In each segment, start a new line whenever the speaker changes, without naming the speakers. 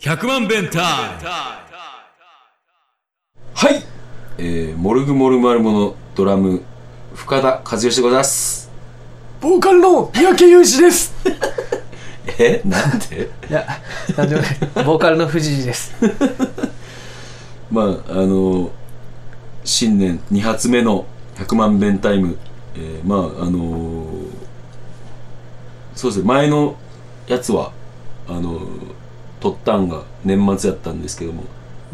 100万弁タイム
はい、えー、モルグモルマルモのドラム深田和義でございます
ボーカルの三宅裕二です。
えなんで
いや、なんでもない。ボーカルの藤井です。
まああの新年2発目の100万弁タイム、えー、まああのーそうですね前のやつはあのー、撮ったんが年末やったんですけども、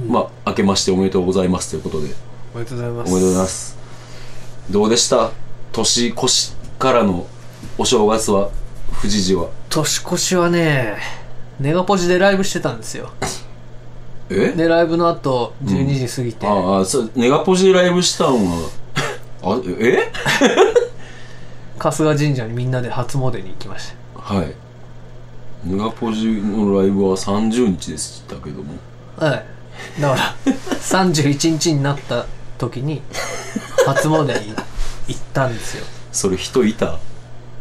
まあ明けましておめでとうございますということで
おめでとうございま
おめでとうございますどうでした年越しからのお正月は藤路は
年越しはね、ネガポジでライブしてたんで すよ。
え
で、ライブの後、12時過ぎて、
ああそうネガポジでライブしたんはあえ
春日神社にみんなで初詣に行きました。
はいネガポジのライブは30日でしたけども
はい。だから、31日になった時に、初詣に行ったんですよ。
それ人いた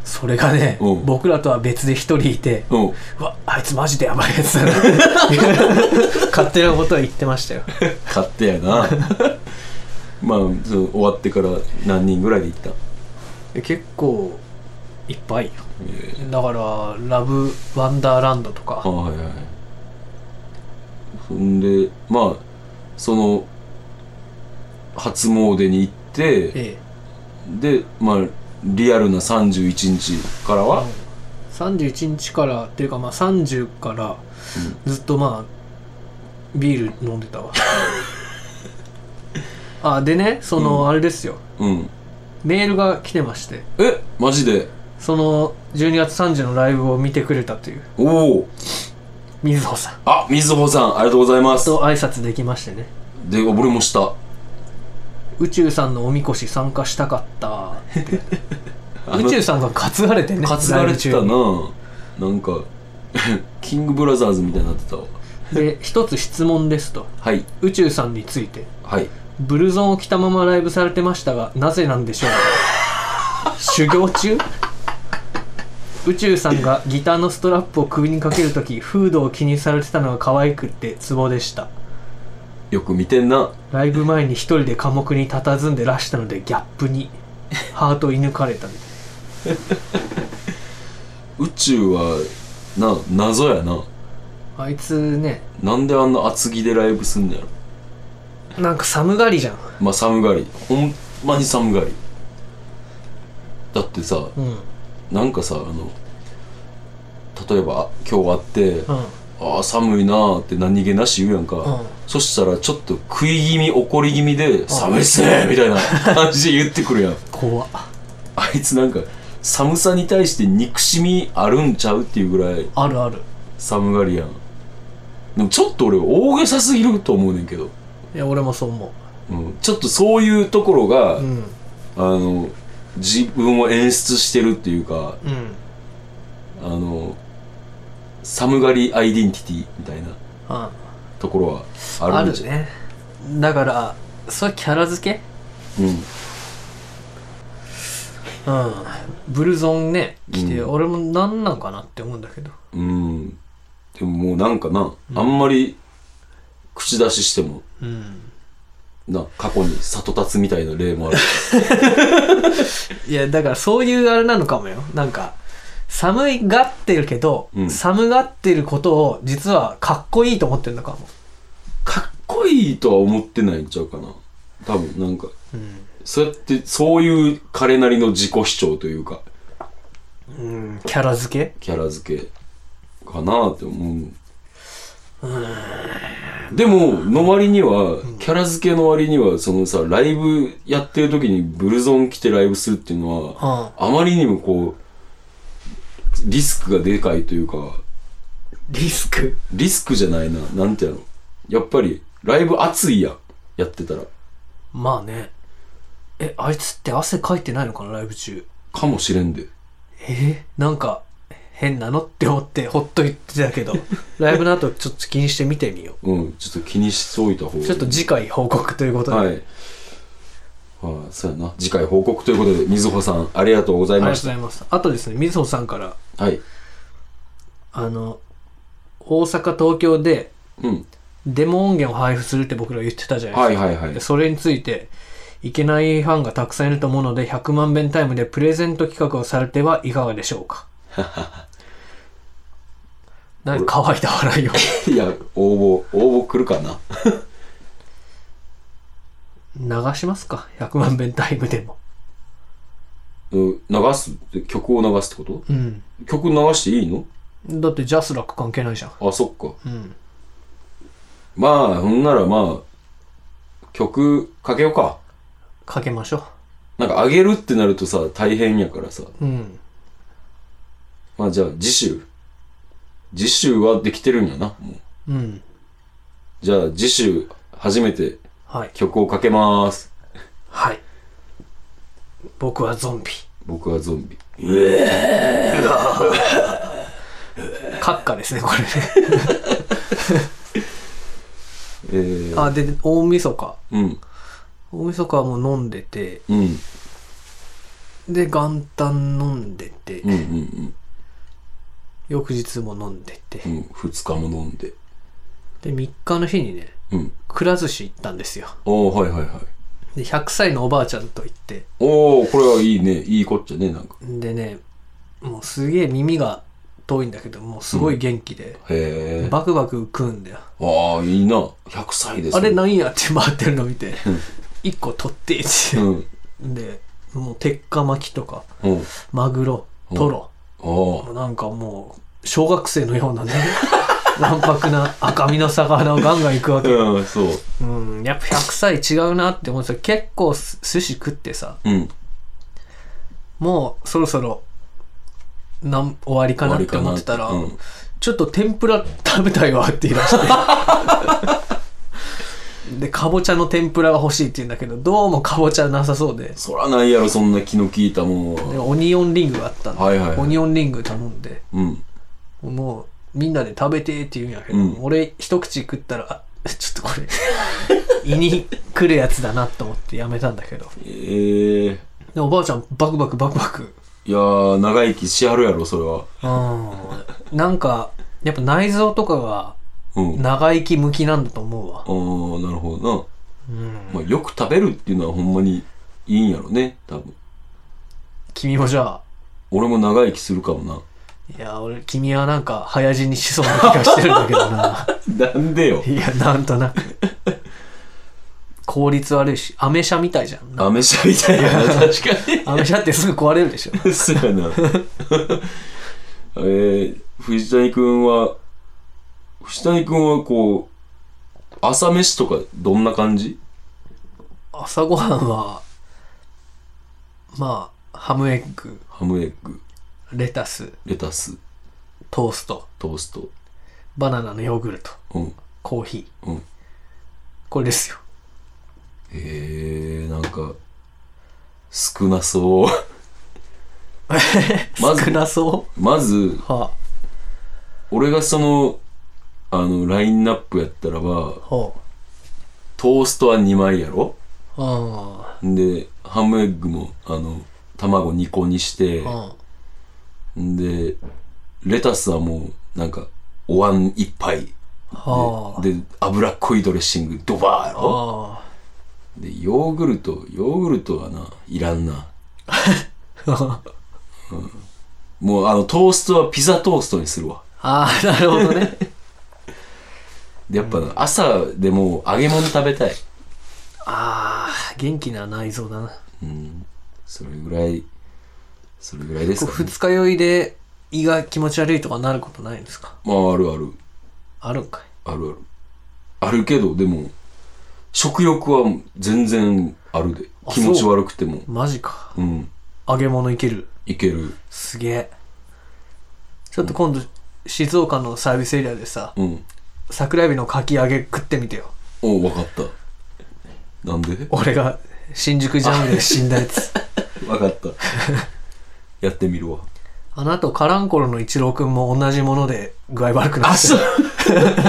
それがね、
うん
僕らとは別で一人いて、
うん
うわ、あいつマジでやばいやつだな 勝手なことは言ってましたよ。
勝手や なまあそう終わってから何人ぐらいで行った
結構いっぱいよだから「ラブワンダーランド」と
あ
か
はいはいそんでまあその初詣に行って
ええ
でまあリアルな31日からは、
31日からっていうかまあ30からずっとまあビール飲んでたわ あでねそのあれですよ
うん、
メールが来てまして
えマジで
その12月30のライブを見てくれたという
おお
水穂さん
あ水穂さんありがとうございます
と挨拶できましてね
で俺もした
宇宙さんのおみこし参加したか った
あの
宇宙さんが担がれてね
担がれて
ライ
た
ブ中に
ななんか キングブラザーズみたいになってたわ
で一つ質問ですと
はい
宇宙さんについて
はい
ブルゾンを着たままライブされてましたがなぜなんでしょうか修行中宇宙さんがギターのストラップを首にかけるときフードを気にされてたのが可愛くってツボでした
よく見てんな
ライブ前に一人で寡黙に佇んでらしたのでギャップにハート射抜かれたみたい
宇宙はな謎やな
あいつね
なんであんな厚着でライブすんのやろ
なんか寒がりじゃん
まあ寒がりほんまに寒がりだってさ
うんうん
なんかさあの例えばあ今日会って、ああ寒いなーって何気なし言うやんか、
うん
そしたらちょっと食い気味怒り気味で「寒いっすね」みたいな感じで言ってくるやん
怖っ
あいつなんか寒さに対して憎しみあるんちゃうっていうぐらい
あるある
寒がりやんでもちょっと俺大げさすぎると思うねんけど、
いや俺もそう思
うん、ちょっとそういうところが、
ううん
あの自分を演出してるっていうか
うん
あの寒がりアイデンティティみたいな
うん
ところはあ
あ
るん
る
じゃ
ねだからそれキャラ付け
うん
うんブルゾンね来て、
う
俺もなんなんかなって思うんだけど
うん。でももうなんかな、あんまり口出ししても、
うん
な、過去に里立つみたいな例 もある。
いやだからそういうあれなのかもよなんか寒いがってるけど、
うん
寒がってることを実はかっこいいと思ってるのかも
かっこいいとは思ってないんちゃうかな。多分なんか、そうやって、そういう彼なりの自己主張というか、
うんキャラ付
キャラ付けかなって思う。でも、の割には、キャラ付けの割には、そのさ、ライブやってる時にブルゾン着てライブするっていうのは、
けうん
あまりにもこう、リスクがでかいというか、
リスク
リスクじゃないな、なんていうの。やっぱり、ライブ熱いやん、やってたら。
まあねえあいつって汗かいてないのかなライブ中
かもしれんで。
えーなんか変なのって思ってほっといてた けどライブの後ちょっと気にして見てみよ
うん、ちょっと気にしておいた方がいい。
うちょっと次回報告ということで、
はい。はい、そうやな。次回報告ということで、みずほさん、ありがとうござい
ありが
ま
とう
し
ございます。あとですね、みずほさんから、
た。はい。
あの、大阪、東京で
うん。
デモ音源を配布するって僕ら言ってたじゃないですか。
はいはいはい
で。それについて、いけないファンがたくさんいると思うので、100万遍タイムでプレゼント企画をされてはいかがでしょう か。なんか乾いた笑いを。
いや、応募、応募来るかな。
流しますか。100万遍タイムで
う
も。
ん流すって、曲を流すってこと
うん。
曲流していいの
だってジャスラック関係ないじゃん。
あ、そっか。
うん。
まあ、ほんならまあ、曲かけようか。
かけましょ
なんかあげるってなるとさ、大変やからさ。
う。うん。
まあじゃあ、次週。次週はできてるんやな、もう。
うん。
じゃあ、次週、初めて
はい。
曲をかけまーす。
はい。僕はゾンビ。
僕はゾンビ。
閣下ですね、これね。
えー、
あ、で、大晦日。
うん、
大晦日はもう飲んでて、
うん、
で、元旦飲んでて、
うん、うん、うん、
翌日も飲んでて、
うん、二日も飲んで。
で、3日の日にね、
うん。
くら寿司行ったんですよ。
おー、はいはいはい。
で、100歳のおばあちゃんと行って、
おー、これはいいね。いいこっちゃね、なんか。
でね、もうすげえ耳が遠いんだけど、もうすごい元気で、
へー。
バクバク食うんだよ。
ああ、いいな。100歳です、
あれ
な。
なんやって回ってるの見て
うん、
1個取ってっ
う
て、
ん、
で、もう鉄火巻きとか、
うん。
マグロ、トロ、
ああ、
なんかもう、小学生のようなね、 乱白な赤身の魚をガンガン行くわけ。
うん、そう。
うん、やっぱ100歳違うなって思ってた結構す寿司食ってさ、
うん。
もうそろそろ、なん終わりかなって思ってたら、
終わりかなって
ちょっと天ぷら食べたいわって言い出して。 で、かぼちゃの天ぷらが欲しいって言うんだけど、どうもかぼちゃなさそうで、
そらないやろ、そんな気の利いたもん
で
は。
オニオンリングがあったんで、
はいはいはい
オニオンリング頼んで、
うん。
もうみんなで食べてって言うんやけど、
うん
俺一口食ったらあちょっとこれ 胃に来るやつだなと思ってやめたんだけど
ええー。
でおばあちゃんバクバクバクバク
いやー、長生きしはるやろ、それは。
うんなんかやっぱ内臓とかが
うん。あ
長生き向きなんだと思うわ
あー、なるほど
うん
な。まあ、よく食べるっていうのはほんまにいいんやろね、多分。
君もじゃあ
俺も長生きするかもな。
いや俺君はなんか早死にしそうな気がしてるんだけどな
なんでよ。
いやなんとなく効率悪いしアメ車みたいじゃん
アメ車みたいな。確 かに。
アメ車ってすぐ壊れるでしょ
そうやな。えー、藤谷くんは、藤谷くんはこう、朝飯とかどんな感じ
朝ごはんは、まあ、ハムエッグ、
ハムエッグ、
レタス、
レタス、
トースト、
トースト。
バナナのヨーグルト、
うん。
コーヒー。
うん
これですよ。
えー、なんか、少なそう。 まず
少なそ
まず、
うは
俺がその、あの、ラインナップやったらば
あ、、は
トーストは2枚やろ
あ、あ
んで、ハムエッグも、あの、卵2個にして、
あ、
んで、レタスはもう、なんか、お椀一杯で
はあ、
で、脂っこいドレッシング、ドバーやろ
あ
で、ヨーグルト、ヨーグルトはな、いらんな。
あ、
もう、あの、トーストはピザトーストにするわ。
ああ、なるほど ね。
で、やっぱな、朝でもう揚げ物食べたい。
ああ、元気な内臓だな。
うん。それぐらい、それぐらいです
こう
かね。
二日酔いで胃が気持ち悪いとかなることないんですか
まあ、あるある。
あるんかい。
あるある。あるけど、でも、食欲は全然あるで。
あ
気持ち悪くても。
マジか。
うん。
揚げ物いける。
いける。
すげえちょっと今度、静岡のサービスエリアでさ
うん。
桜エビのかき揚げ食ってみてよ
おう、わかった。なんで
俺が新宿ジャムで死んだやつ
わかった。やってみるわ。
あの後カランコロの一郎くんも同じもので具合悪くなって
う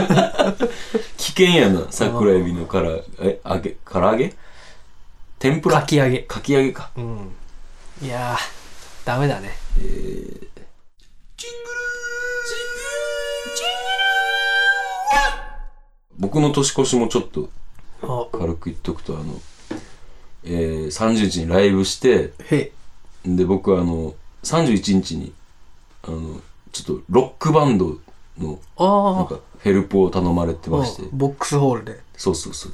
危険やな。桜エビのから、え、揚げ、唐揚げ天ぷら
かき揚げ
かき揚げか。
うんいやーダメだね
僕の年越しもちょっと
あ
軽く言っとくと、あの、えー、30日にライブして、
へ
で、僕はあの、31日に、あの、ちょっとロックバンドの、なん
ああ
か、ヘルプを頼まれてまして、
ボックスホールで
そうそうそう。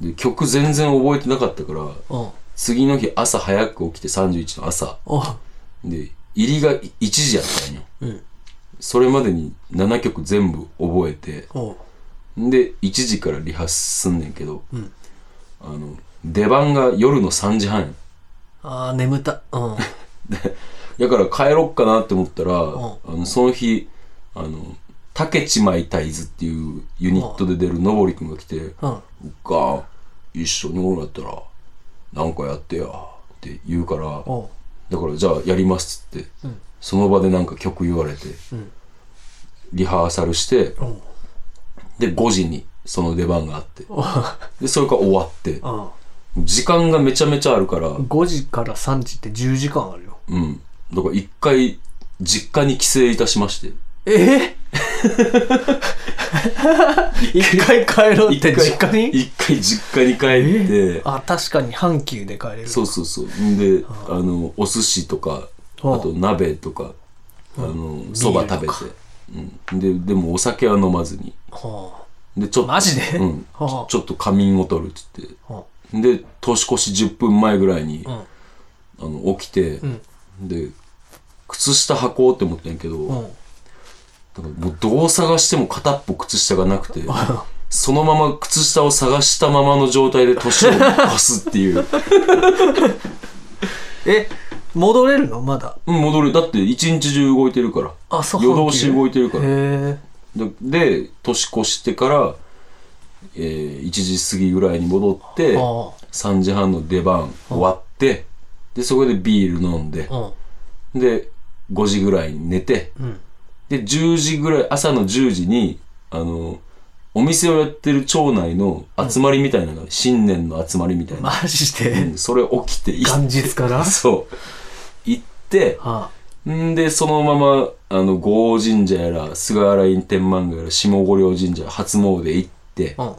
で、曲全然覚えてなかったから、
うん
次の日朝早く起きて31の朝。
あ
で、入りが1時やったんよ。
うん
それまでに7曲全部覚えて、
おう
で、1時からリハースすんねんけど、
うん
あの、出番が夜の3時半やん
ああ眠たうん
だから帰ろっかなって思ったら、
ん
あのその日あの竹千枚タイズっていうユニットで出るのぼりくんが来て
うん
「僕が一緒におるんやったらなんかやってや」って言うから
おう
だからじゃあやりますっつって、その場でなんか曲言われて、
うん
リハーサルして
おう
で5時にその出番があって
おう
でそれから終わって
うん
時間がめちゃめちゃあるから
5時から3時って10時間あるよ
うんだから一回実家に帰省いたしまして
え一回帰ろうって実家に
一回実家に帰って、
あ確かに阪急で帰れる
そうそうそう。んで、あの、お寿司とか、
はあ
あと鍋とか、あの、そば食べ
ビール
て。うん、で、でもお酒は飲まずに。
は
で、ちょっと。
マジで
うん。
はあ
ちょちょっと仮眠を取るっつって。
あは
で、年越し10分前ぐらいに、
あ
あの、起きて、
ん
で、靴下履こうって思ったんやけど、
うん
だ
うん
からもうどう探しても片っぽ靴下がなく て、そのまま靴下を探したままの状態で年を越すって いう。
え戻れるのまだ
うん、戻る。だって一日中動いてるから。
あそう
夜通し動いてるから。
へえ
で、で年越してから、えー、1時過ぎぐらいに戻って、
あ
3時半の出番終わって、で、そこでビール飲んで
あ、うん
で、5時ぐらいに寝て、
うん
で、10時ぐらい、朝の10時に、あの、お店をやってる町内の集まりみたいなのが、新年の集まりみたいな。
マジ
う
で
ん、それ起きて行っ
元日から
て、そう、行って、
は
んで、そのまま、あの、五王神社やら、菅原院天満宮やら、下五稜神社、初詣行って、
あうん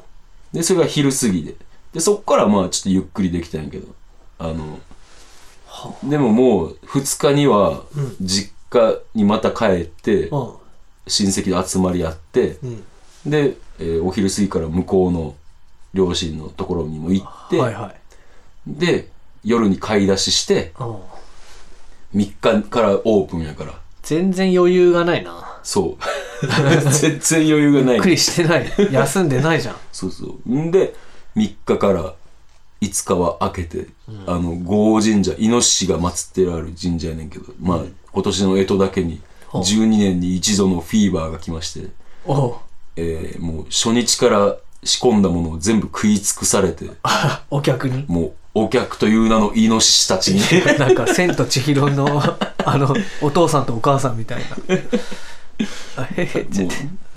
で、それが昼過ぎで。で、そっからまあ、ちょっとゆっくりできたんやけど、あの、でももう、二日には、実家にまた帰って、
うん
親戚で集まりあって、
うん
で、えーお昼過ぎから向こうの両親のところにも行って、
はいはい
で、夜に買い出しして、
うん
3日からオープンやから、
全然余裕がないな
そう。 全然余裕がな
ゆ
い
っく。りしてない休んでないじゃん
そうそう。んで、3日から5日は明けて、あの、豪王神社、イノシシが祀ってある神社やねんけど、まあ、今年の干支だけに、
ほう
12年に一度のフィーバーが来まして、
おう
えーもう初日から仕込んだものを全部食い尽くされて、
お客に
もう、お客という名のイノシシたちに、
なんか「千と千尋の」 あのお父さんとお母さんみたい な。あへへち
も
ょ
う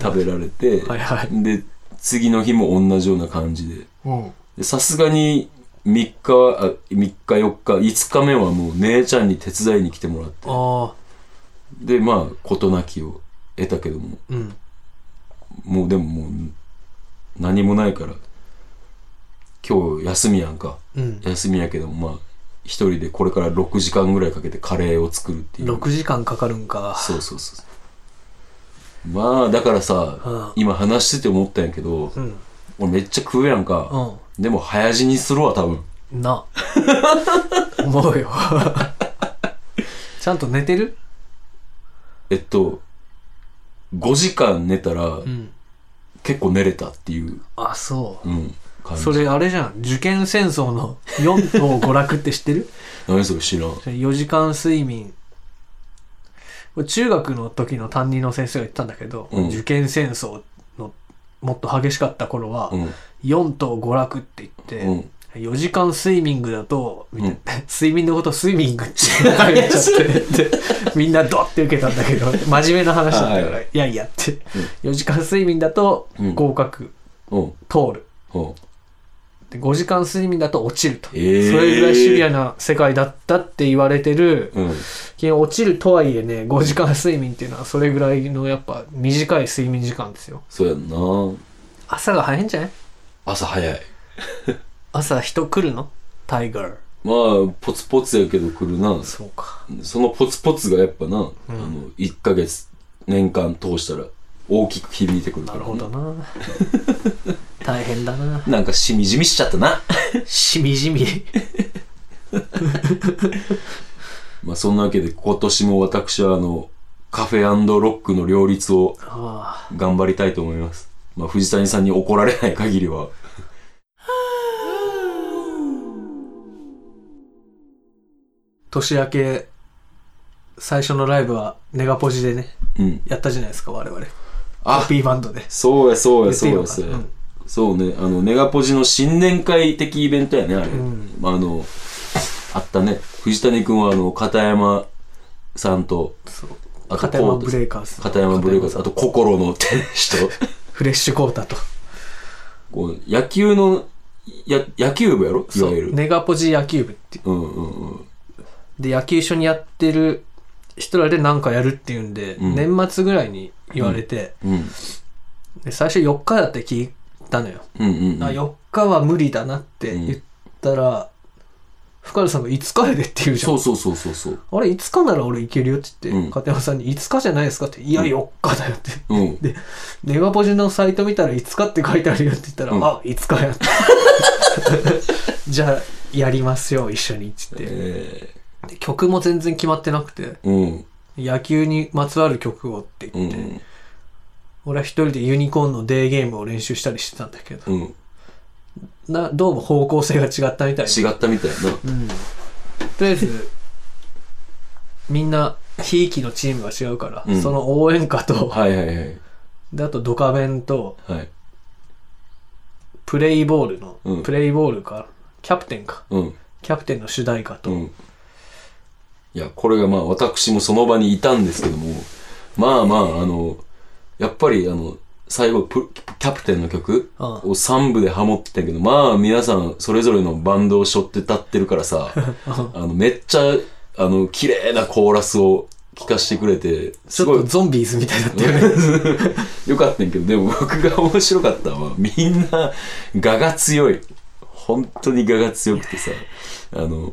食べられて、
はいは
で、次の日も同じような感じで、
うん、
でさすがに3日はあ3日4日5日目はもう姉ちゃんに手伝いに来てもらって
ああ
でまあ事なきを得たけども
うん
もうでももう何もないから今日休みやんか
うん
休みやけどもまあ一人でこれから6時間ぐらいかけてカレーを作るっていう
6時間かかるんか
そうそうそうそうまあだから
うん
さ今話してて思ったんやけど、
うん
俺めっちゃ食うやん
う
か、
ん
でも早死にするわ多分
な思 うよちゃんと寝てる
えっと、5時間寝たら、
ん
結構寝れたっていう、
あそう
うん、感じ。
それあれじゃん受験戦争の4等娯楽って知ってる
何それ知らん。
4時間睡眠これ中学の時の担任の先生が言ってたんだけど、
うん
受験戦争のもっと激しかった頃は、
うん。
4と娯楽って
う
言っ
ん
て、4時間スイミングだと、みたいな睡眠のことスイミングって
何
言っちゃって、みんなドッて受けたんだけど、真面目な話だった
あ
か
は
ら、
い
いやいやって、4時間睡眠だと
うん
合格、
うん。
通る。
うん。
で5時間睡眠だと落ちると。
えー
それぐらいシビアな世界だったって言われてる、
うん。
基本落ちるとはいえね、5時間睡眠っていうのはそれぐらいのやっぱ短い睡眠時間ですよ。
そうやんな。
朝が早いんじゃない
朝早い。
朝人来るのタイガー。
まあ、ポツポツやけど来るな。
そうか。
そのポツポツがやっぱな、あの、1ヶ月、年間通したら大きく響いてくるか
な
ら、
る
ね。
ほどな。 大変だな。
なんかしみじみしちゃったな。
しみじみ。
まあそんなわけで今年も私はあの、カフェロックの両立を
あ
頑張りたいと思います。まあ藤谷さんに怒られない限りは。
あ年明け、最初のライブはネガポジでね、
うん。
やったじゃないですか、我々。
あ
コピーバンドで。
そうやそうや
言って
そ
いういの
や
か
そう
な
や。そうね、あの、ネガポジの新年会的イベントやね、あれ。
ん
まああの、あったね。藤谷くんはあの、片山さんと、
そう
あと
片山ブレ
イ
イカーズ。
片山ブレイカーズ、あと心のって 人。
フレッシュコータと。
こう、野球の、や、野球部やろいわゆる。
ネガポジ野球部って。
うんうんうん。
で、野球一緒にやってる人らで何かやるっていうんで、
うん
年末ぐらいに言われて、
うん。
で最初4日だって聞いたのよ。
うんうんうん。
あ4日は無理だなって言ったら、深田さんが5日やでって言うじゃ
そ
ん
う。そうそうそうそう。
あれ、5日なら俺いけるよって言って、
うん
片山さんに5日じゃないですかって、いや、4日だよって。
うん。
で、ネガポジのサイト見たら5日って書いてあるよって言ったら、
うん
あ、5日やって。 じゃあ、やりますよ、一緒にって言って。
え
で曲も全然決まってなくて、
ー、うん。
野球にまつわる曲をって
う
言って、
ん。
俺は一人でユニコーンのデーゲームを練習したりしてたんだけど、
うん。違
などうも方向性が違ったみたいで、
ったみたいやな。
うん、とりあえず、みんな、ひいきのチームが違うから、
うん
その応援歌と、
はいはいはい。
であとドカベンと、
はい。
プレイボールの、
うん
プレイボールか、キャプテンか、
うん。
キャプテンの主題歌と、
うん。いや、これがまあ私もその場にいたんですけども、まあまあ、あの、やっぱりあの、最後、プキャプテンの曲
うん
を3部でハモってたけど、まあ皆さんそれぞれのバンドを背負って立ってるから さ、あの、めっちゃ、あの、綺麗なコーラスを聞かしてくれて、
ち
す
ょ
ごい
っとゾンビーズみたいになってる、
よかったんやけど、でも僕が面白かったのは、みんな、画が強い。本当に画が強くてさ、あの、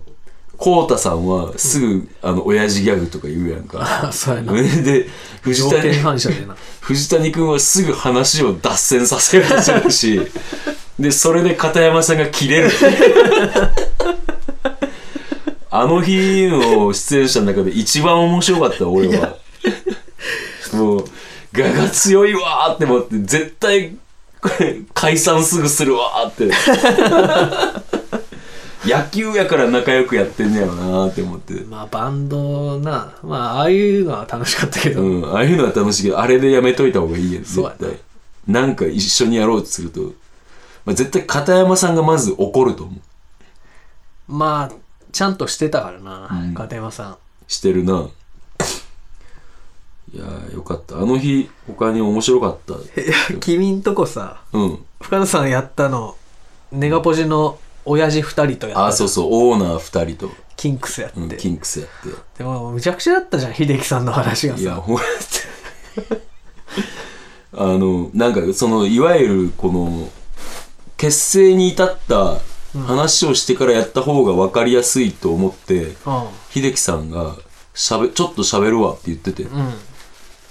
コウタさんはすぐ、あの、親父ギャグとか言うやん か。
あそうやな。
で、藤
条件
谷、
反射でな。
藤谷くんはすぐ話を脱線させようとするし、で、それで片山さんが切れる。あの日の出演者の中で一番面白かった俺は。もう、画が強いわーって思って、絶対、これ解散すぐするわーって。野球やから仲良くやってんねやろなーって思って。
まあ、バンドな、まあ、ああいうのは楽しかったけど、
うん、ああいうのは楽しいけど、あれでやめといた方がいいやん、
そう
絶
やね
対。なんか一緒にやろうとすると、まあ、絶対片山さんがまず怒ると思う。
まあ、ちゃんとしてたからな、
うん
片山さん。
してるな。いやー、よかった。あの日、他に面白かった。
いや、 君んとこさ、
うん。
深田さんやったの、ネガポジの親父二人とやった。
あー、そうそう、オーナー二人と、
キンクスやって。
うん、キンクスやっ
でも、むちゃくちゃだったじゃん、秀樹さんの話が
て。いや、
さ。
ほん あの、なんか、その、いわゆる、この、結成に至った話をしてからやった方が分かりやすいと思って、
うん。
秀樹さんがしゃべ「ちょっと喋るわ」って言っててっ
うん。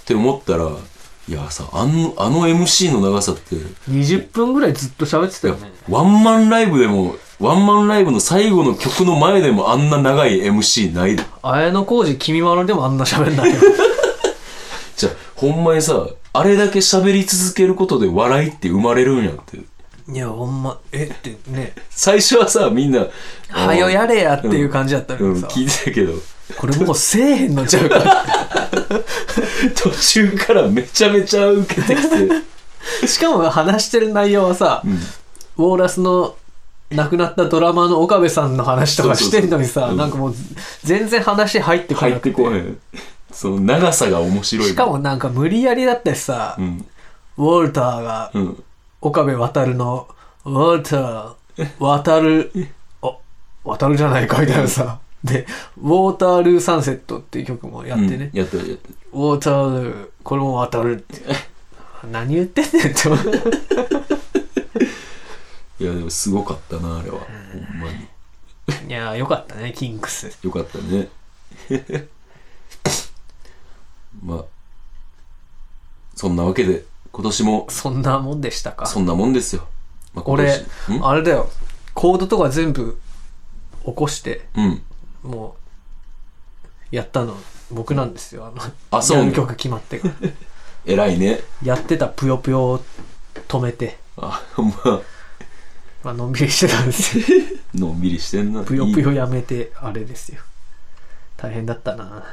て思ったらいやさあのあの MC の長さって
20分ぐらいずっと喋ってたよね。
ワンマンライブでもワンマンライブの最後の曲の前でもあんな長い MC ないで
綾小路君まろでもあんな喋ん ないよ。
じゃあほんまにさあれだけ喋り続けることで笑いって生まれるんやって
いや、ほんま、えってね、
最初はさみんな「
はよやれやっていう感じだった
う
の
ん
にさ、
聞いてたけど
これもうせえへんのちゃ うか。
途中からめちゃめちゃ受けてきて
しかも話してる内容はさ、
ん
ウォーラスの亡くなったドラマーの岡部さんの話とかしてんのに
そうそう
さ、
そう
なんかもう全然話入ってこ
入
な
って
く
こへんその長さが面白い
しかもなんか無理やりだってさ、
うん
ウォルターが
うん
岡部渡るの、ウォルター、渡る、あ、渡るじゃないかみたいなさ。で、ウォータールーサンセットっていう曲もやってね
う。んやったやった
ウォータールー、これも渡るって。何言ってんねんって思う。
いやでもすごかったなあれはほんまに
いやーよかったねキンクス
よかったね まあそんなわけで今年も
そんなもんでしたか
そんなもんですよ、まあ、今
俺
年
あれだよコードとか全部起こして
んうん
もうやったの僕なんですよあの
あそう
何
ね
曲決まってから
偉いね
やってたぷよぷよを止めて、
あほんま
まあのんびりしてたんです よ
のんびりしてんな
ぷよぷ
いい
よやめてあれですよ大変だったな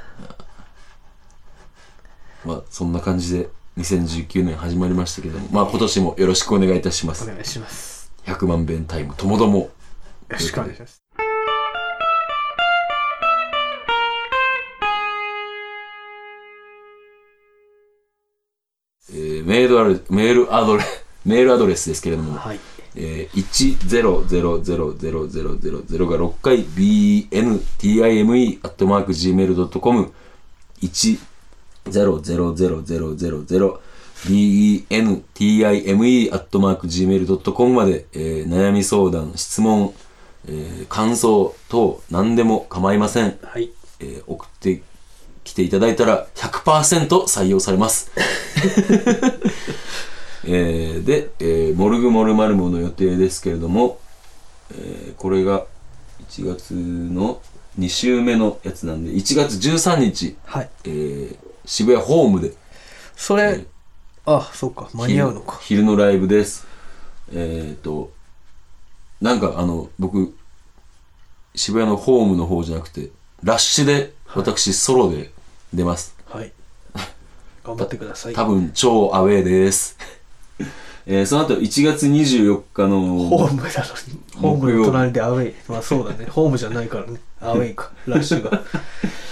まあそんな感じで2019年始まりましたけどもまあ今年もよろしくお願いいたしま
お
す
願いします
100万遍タイムともども
よろしくお願いします
えーメールアドレメールアドレメールアドレスですけれども、
はい
えー、1000000が6回 bntime.gmail.com 1000000bentime.gmail.com まで、えー悩み相談、質問、えー感想等何でも構いません。
はい
えー送ってきていただいたら100%採用されます。 えーで、えーモルグモルマルモの予定ですけれども、えーこれが1月の2週目のやつなんで、1月13日、
はい
えー渋谷ホームで
それ、あそうか間に合うのか
昼昼のライブです。えっ、と、なんかあの、僕、渋谷のホームの方じゃなくて、ラッシュで、私、ソロで出ます。
はい頑張ってください
多分超アウェーです。 えーその後1月24日
ホ
の
ームだろホームの隣でアウェイまあそう だねホームじゃないからねアウェイかラッシュ が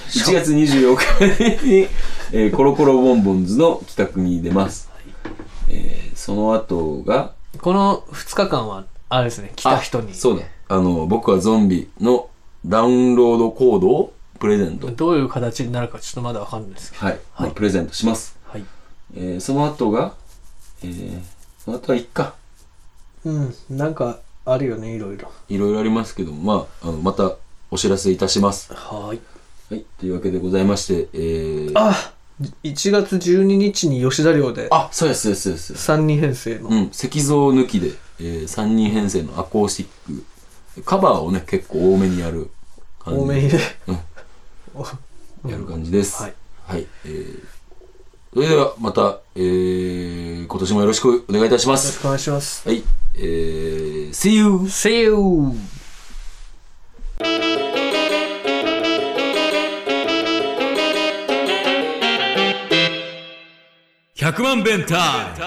1月24日に、 えーコロコロボンボンズの企画に出ます。えーその後が
この2日間はあれですね来た人に
あそうだあの僕はゾンビのダウンロードコードをプレゼント、
どういう形になるかちょっとまだわかんないですけど
はい、まあプレゼントします、
はい
えーその後が、えーその後はいっか
うんなんかあるよねいろいろ
いろいろありますけどまああのまたお知らせいたします
はーい
はいというわけでございまして、えー、
あ1月12日に吉田寮で
あそうですそうですそうです
3人編成の、
うん、石像抜きで、え3人編成のアコースティックカバーをね結構多めにやる感じ
多めにね、お
やる感じです、
はい、
はいえーそれではまた、えー今年もよろしくお願いいたしま
よろし
す
くお願いします
はいえー See you!
See you!
!100 万弁タイム